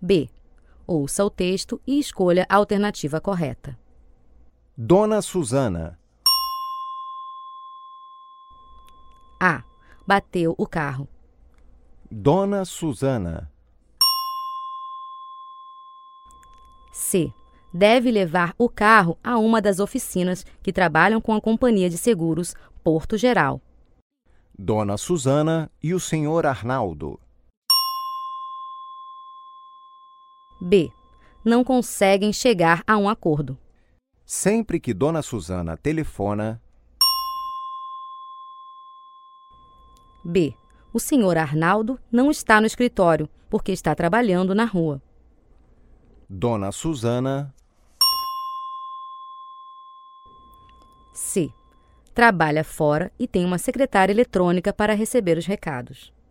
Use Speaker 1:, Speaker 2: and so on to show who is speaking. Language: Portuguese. Speaker 1: B. Ouça o texto e escolha a alternativa correta.
Speaker 2: Dona Suzana.
Speaker 1: A. Bateu o carro.
Speaker 2: Dona Suzana.
Speaker 1: C. Deve levar o carro a uma das oficinas que trabalham com a companhia de seguros Porto Geral.
Speaker 2: Dona Suzana e o senhor Arnaldo.
Speaker 1: B. Não conseguem chegar a um acordo.
Speaker 2: Sempre que Dona Suzana telefona,
Speaker 1: B. O senhor Arnaldo não está no escritório porque está trabalhando na rua.
Speaker 2: Dona Suzana,
Speaker 1: C. Trabalha fora e tem uma secretária eletrônica para receber os recados.